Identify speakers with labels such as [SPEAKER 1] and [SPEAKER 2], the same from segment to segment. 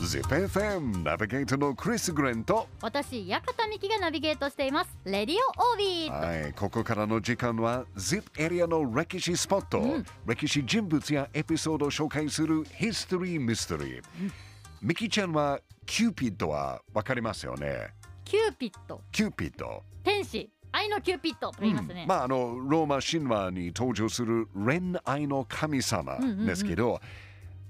[SPEAKER 1] ZIPFM ナビゲートのクリス・グレンと
[SPEAKER 2] 私館美希がナビゲートしていますレディオオービー
[SPEAKER 1] はい、ここからの時間は ZIP エリアの歴史スポット、歴史人物やエピソードを紹介するヒストリー・ミステリー。ミキちゃんはキューピッドはわかりますよね。
[SPEAKER 2] キューピッド
[SPEAKER 1] キューピッド。
[SPEAKER 2] 天使愛のキューピッドと言いますね、
[SPEAKER 1] まああのローマ神話に登場する恋愛の神様ですけど、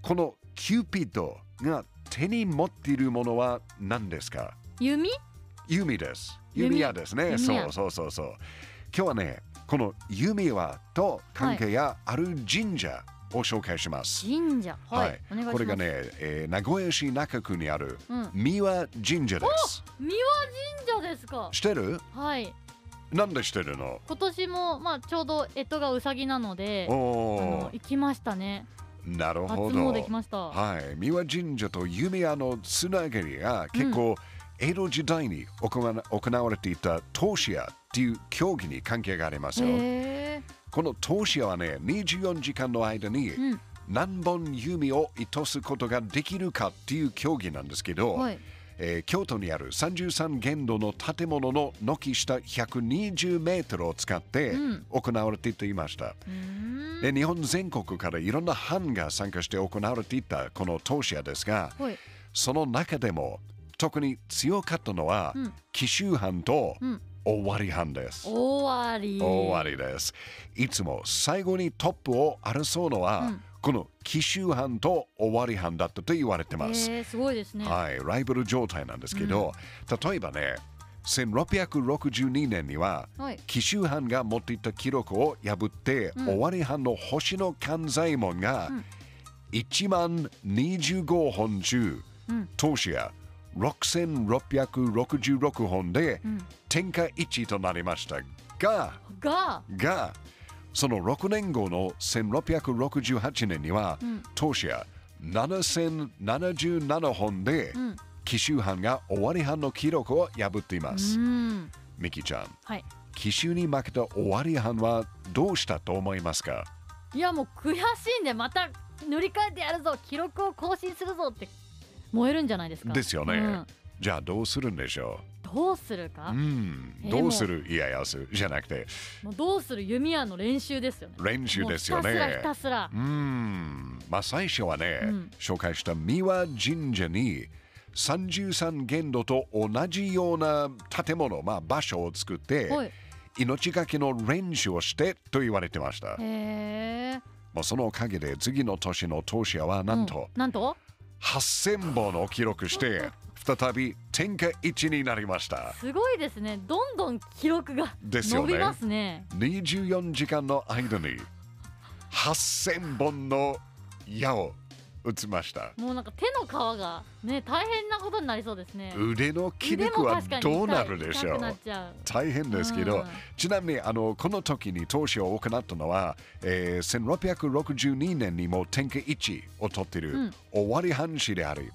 [SPEAKER 1] このキューピッドが手に持っているものは何ですか
[SPEAKER 2] 弓
[SPEAKER 1] 弓です。
[SPEAKER 2] 弓
[SPEAKER 1] 弓矢ですね。
[SPEAKER 2] 弓
[SPEAKER 1] そ
[SPEAKER 2] 矢
[SPEAKER 1] うそうそうそう。今日はね、この弓矢と関係がある神社を紹介します。
[SPEAKER 2] 神社はい、お願いします
[SPEAKER 1] これがね、えー名古屋市中区にある
[SPEAKER 2] うん
[SPEAKER 1] 三輪神社です。
[SPEAKER 2] 三輪神社ですか
[SPEAKER 1] 知ってる
[SPEAKER 2] はい
[SPEAKER 1] なんで知ってるの
[SPEAKER 2] 今年もまあちょうど干支がウサギなので
[SPEAKER 1] お
[SPEAKER 2] あの
[SPEAKER 1] お
[SPEAKER 2] 行きましたね
[SPEAKER 1] ー、なる
[SPEAKER 2] 初
[SPEAKER 1] ほど。
[SPEAKER 2] 詣来ました
[SPEAKER 1] はい、三輪神社と弓矢のつながりが結構、江戸時代に行わ行われていた投資矢っていう競技に関係がありますよ。
[SPEAKER 2] へえ
[SPEAKER 1] この投資はね、24時間の間に
[SPEAKER 2] うん
[SPEAKER 1] 何本弓を射とすことができるかっていう競技なんですけど、
[SPEAKER 2] はい
[SPEAKER 1] えー京都にある33限度の建物の軒下120メートルを使って
[SPEAKER 2] うん
[SPEAKER 1] 行われていました。
[SPEAKER 2] うーん
[SPEAKER 1] で日本全国からいろんな班が参加して行われていたこの投資屋ですが、
[SPEAKER 2] はい
[SPEAKER 1] その中でも特に強かったのは、
[SPEAKER 2] うん
[SPEAKER 1] 紀州藩と
[SPEAKER 2] うん
[SPEAKER 1] 尾張藩です。
[SPEAKER 2] 終わり
[SPEAKER 1] 終わりです。いつも最後にトップを争うのは、
[SPEAKER 2] うん
[SPEAKER 1] この紀州藩と終わり藩だったと言われてます。
[SPEAKER 2] へえすごいですね
[SPEAKER 1] はい、ライバル状態なんですけど、例えばね、1662年には、
[SPEAKER 2] はい
[SPEAKER 1] 紀州藩が持っていた記録を破って、
[SPEAKER 2] うん
[SPEAKER 1] 終わり藩の星の勘左衛門が
[SPEAKER 2] うん
[SPEAKER 1] 1万25本中、
[SPEAKER 2] うん
[SPEAKER 1] 当時は6666本で
[SPEAKER 2] うん
[SPEAKER 1] 天下一位となりましたが、
[SPEAKER 2] が
[SPEAKER 1] がその6年後の1668年には、
[SPEAKER 2] うん
[SPEAKER 1] 当社7077本で、
[SPEAKER 2] うん
[SPEAKER 1] 紀州藩が尾張藩の記録を破っています。
[SPEAKER 2] うん
[SPEAKER 1] ミキちゃん、
[SPEAKER 2] はい
[SPEAKER 1] 紀州に負けた尾張藩はどうしたと思いますか
[SPEAKER 2] いやもう悔しいんでまた塗り替えてやるぞ記録を更新するぞって燃えるんじゃないですか
[SPEAKER 1] ですよね、
[SPEAKER 2] うん
[SPEAKER 1] じゃあどうするんでしょ
[SPEAKER 2] どうする
[SPEAKER 1] うう
[SPEAKER 2] か、
[SPEAKER 1] ん、
[SPEAKER 2] えー
[SPEAKER 1] どうするいやいやすじゃなくて
[SPEAKER 2] もうどうする弓矢の練習ですよね
[SPEAKER 1] 練習ですよね。
[SPEAKER 2] もうひたすらひたすら
[SPEAKER 1] うーんまあ最初はね、
[SPEAKER 2] うん
[SPEAKER 1] 紹介した三輪神社に33限度と同じような建物、まあ、場所を作って、
[SPEAKER 2] はい
[SPEAKER 1] 命がけの練習をしてと言われてました
[SPEAKER 2] へ。え
[SPEAKER 1] もうそのおかげで次の年の当社はなんと
[SPEAKER 2] なんと
[SPEAKER 1] 8000本を記録して、再び天下一になりました。
[SPEAKER 2] すごいですねどんどん記録が
[SPEAKER 1] ですよ
[SPEAKER 2] 伸
[SPEAKER 1] ね
[SPEAKER 2] びますね
[SPEAKER 1] 24時間の間に8000本の矢を打ちました。
[SPEAKER 2] もうなんか手の皮がね大変なことになりそうですね
[SPEAKER 1] 腕の筋
[SPEAKER 2] 腕
[SPEAKER 1] 肉
[SPEAKER 2] も
[SPEAKER 1] は
[SPEAKER 2] 確かに痛い
[SPEAKER 1] どうなるでしょ
[SPEAKER 2] 痛
[SPEAKER 1] う
[SPEAKER 2] くなっちゃう
[SPEAKER 1] 大変ですけど、
[SPEAKER 2] うん
[SPEAKER 1] ちなみにあのこの時に投資を行ったのは、えー1662年にも天下一を取っている尾張藩士であり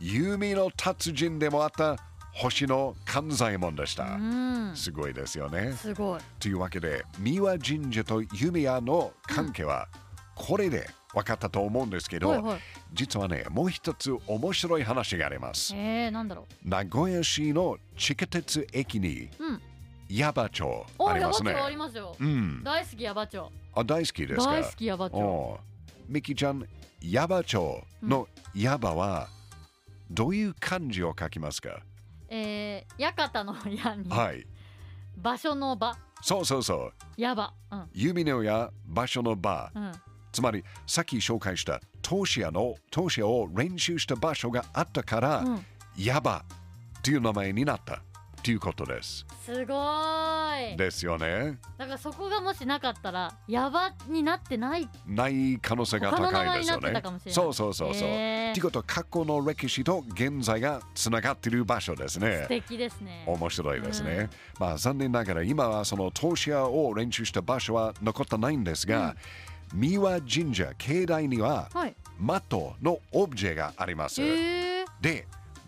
[SPEAKER 1] 弓の達人でもあった星の勘左衛門でした、
[SPEAKER 2] うん
[SPEAKER 1] すごいですよね
[SPEAKER 2] すごい
[SPEAKER 1] というわけで三輪神社と弓矢の関係はこれで分かったと思うんですけど、
[SPEAKER 2] はいはい
[SPEAKER 1] 実はねもう一つ面白い話があります
[SPEAKER 2] えー、なんだろ
[SPEAKER 1] 名古屋市の地下鉄駅に
[SPEAKER 2] ううん
[SPEAKER 1] 矢場町
[SPEAKER 2] お
[SPEAKER 1] あり
[SPEAKER 2] ヤバ
[SPEAKER 1] ます
[SPEAKER 2] 町
[SPEAKER 1] ね。
[SPEAKER 2] ありますよ
[SPEAKER 1] うん、
[SPEAKER 2] 大好きヤバ町
[SPEAKER 1] あ大好きですか
[SPEAKER 2] 大好きヤバ町
[SPEAKER 1] おうミキちゃん、矢場町の矢場はどういう漢字を書きますか、
[SPEAKER 2] えー、館の矢に
[SPEAKER 1] はい。
[SPEAKER 2] 場所の場
[SPEAKER 1] そうそうそう。
[SPEAKER 2] ヤバうん
[SPEAKER 1] 弓の矢、場所の場。
[SPEAKER 2] うん
[SPEAKER 1] つまり、さっき紹介した投資屋の投資屋を練習した場所があったから、
[SPEAKER 2] うん
[SPEAKER 1] 矢場っていう名前になったということです。
[SPEAKER 2] すごーい
[SPEAKER 1] ですよね。
[SPEAKER 2] だからそこがもしなかったらヤバになってない
[SPEAKER 1] ない可能性が高いですよ
[SPEAKER 2] 他の名前になって
[SPEAKER 1] ね
[SPEAKER 2] たかもしれ。ない
[SPEAKER 1] そうそうそうそう。
[SPEAKER 2] へー
[SPEAKER 1] ってことは過去の歴史と現在がつながっている場所ですね
[SPEAKER 2] 素。敵ですね
[SPEAKER 1] 面白いですね。まあ残念ながら今はその投資屋を練習した場所は残ってないんですが、三輪神社境内には
[SPEAKER 2] はい
[SPEAKER 1] マトのオブジェがあります。
[SPEAKER 2] えー、
[SPEAKER 1] で、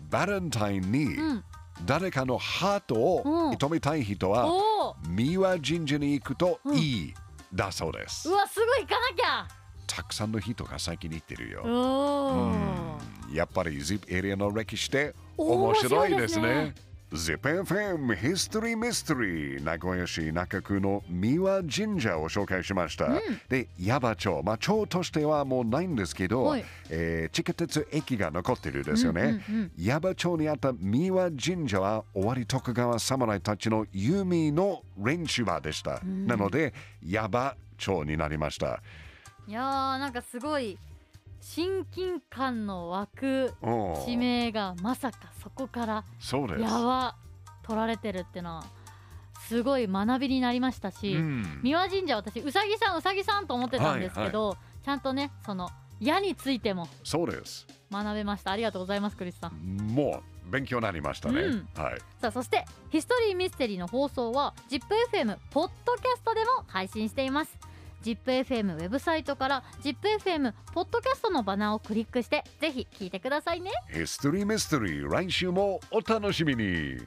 [SPEAKER 1] バレンタインに
[SPEAKER 2] うん
[SPEAKER 1] 誰かのハート
[SPEAKER 2] うん
[SPEAKER 1] を射止めたい人は
[SPEAKER 2] おお
[SPEAKER 1] 三輪神社に行くと
[SPEAKER 2] うん
[SPEAKER 1] いいだそうです
[SPEAKER 2] う。わすぐ行かなきゃ
[SPEAKER 1] たくさんの人が最近行ってるよ。
[SPEAKER 2] おお
[SPEAKER 1] うんやっぱり ZIP エリアの歴史って面白いですね。ZIPFM History Mystery 名古屋市中区の三輪神社を紹介しました。で、矢場町、まあ、町としてはもうないんですけど
[SPEAKER 2] はい、
[SPEAKER 1] えー地下鉄駅が残ってるですよね。
[SPEAKER 2] うんうんうん
[SPEAKER 1] 矢場町にあった三輪神社は尾張徳川侍たちの弓の練習場でした。なので矢場町になりました。
[SPEAKER 2] いやーなんかすごい親近感の湧く
[SPEAKER 1] うん
[SPEAKER 2] 地名がまさかそこから
[SPEAKER 1] そうです。
[SPEAKER 2] やば取られてるってのはすごい学びになりましたし、
[SPEAKER 1] うん
[SPEAKER 2] 三輪神社私うさぎさんうさぎさんと思ってたんですけど、ちゃんとねその矢についても
[SPEAKER 1] そうです。
[SPEAKER 2] 学べましたありがとうございますクリスさん
[SPEAKER 1] もう勉強になりましたね。
[SPEAKER 2] うん
[SPEAKER 1] はい。
[SPEAKER 2] さあそしてヒストリーミステリーの放送は ZIPFM ポッドキャストでも配信しています ZIPFM ウェブサイトから ZIPFM ポッドキャストのバナーをクリックしてぜひ聞いてくださいね
[SPEAKER 1] ヒストリーミステリー来週もお楽しみに。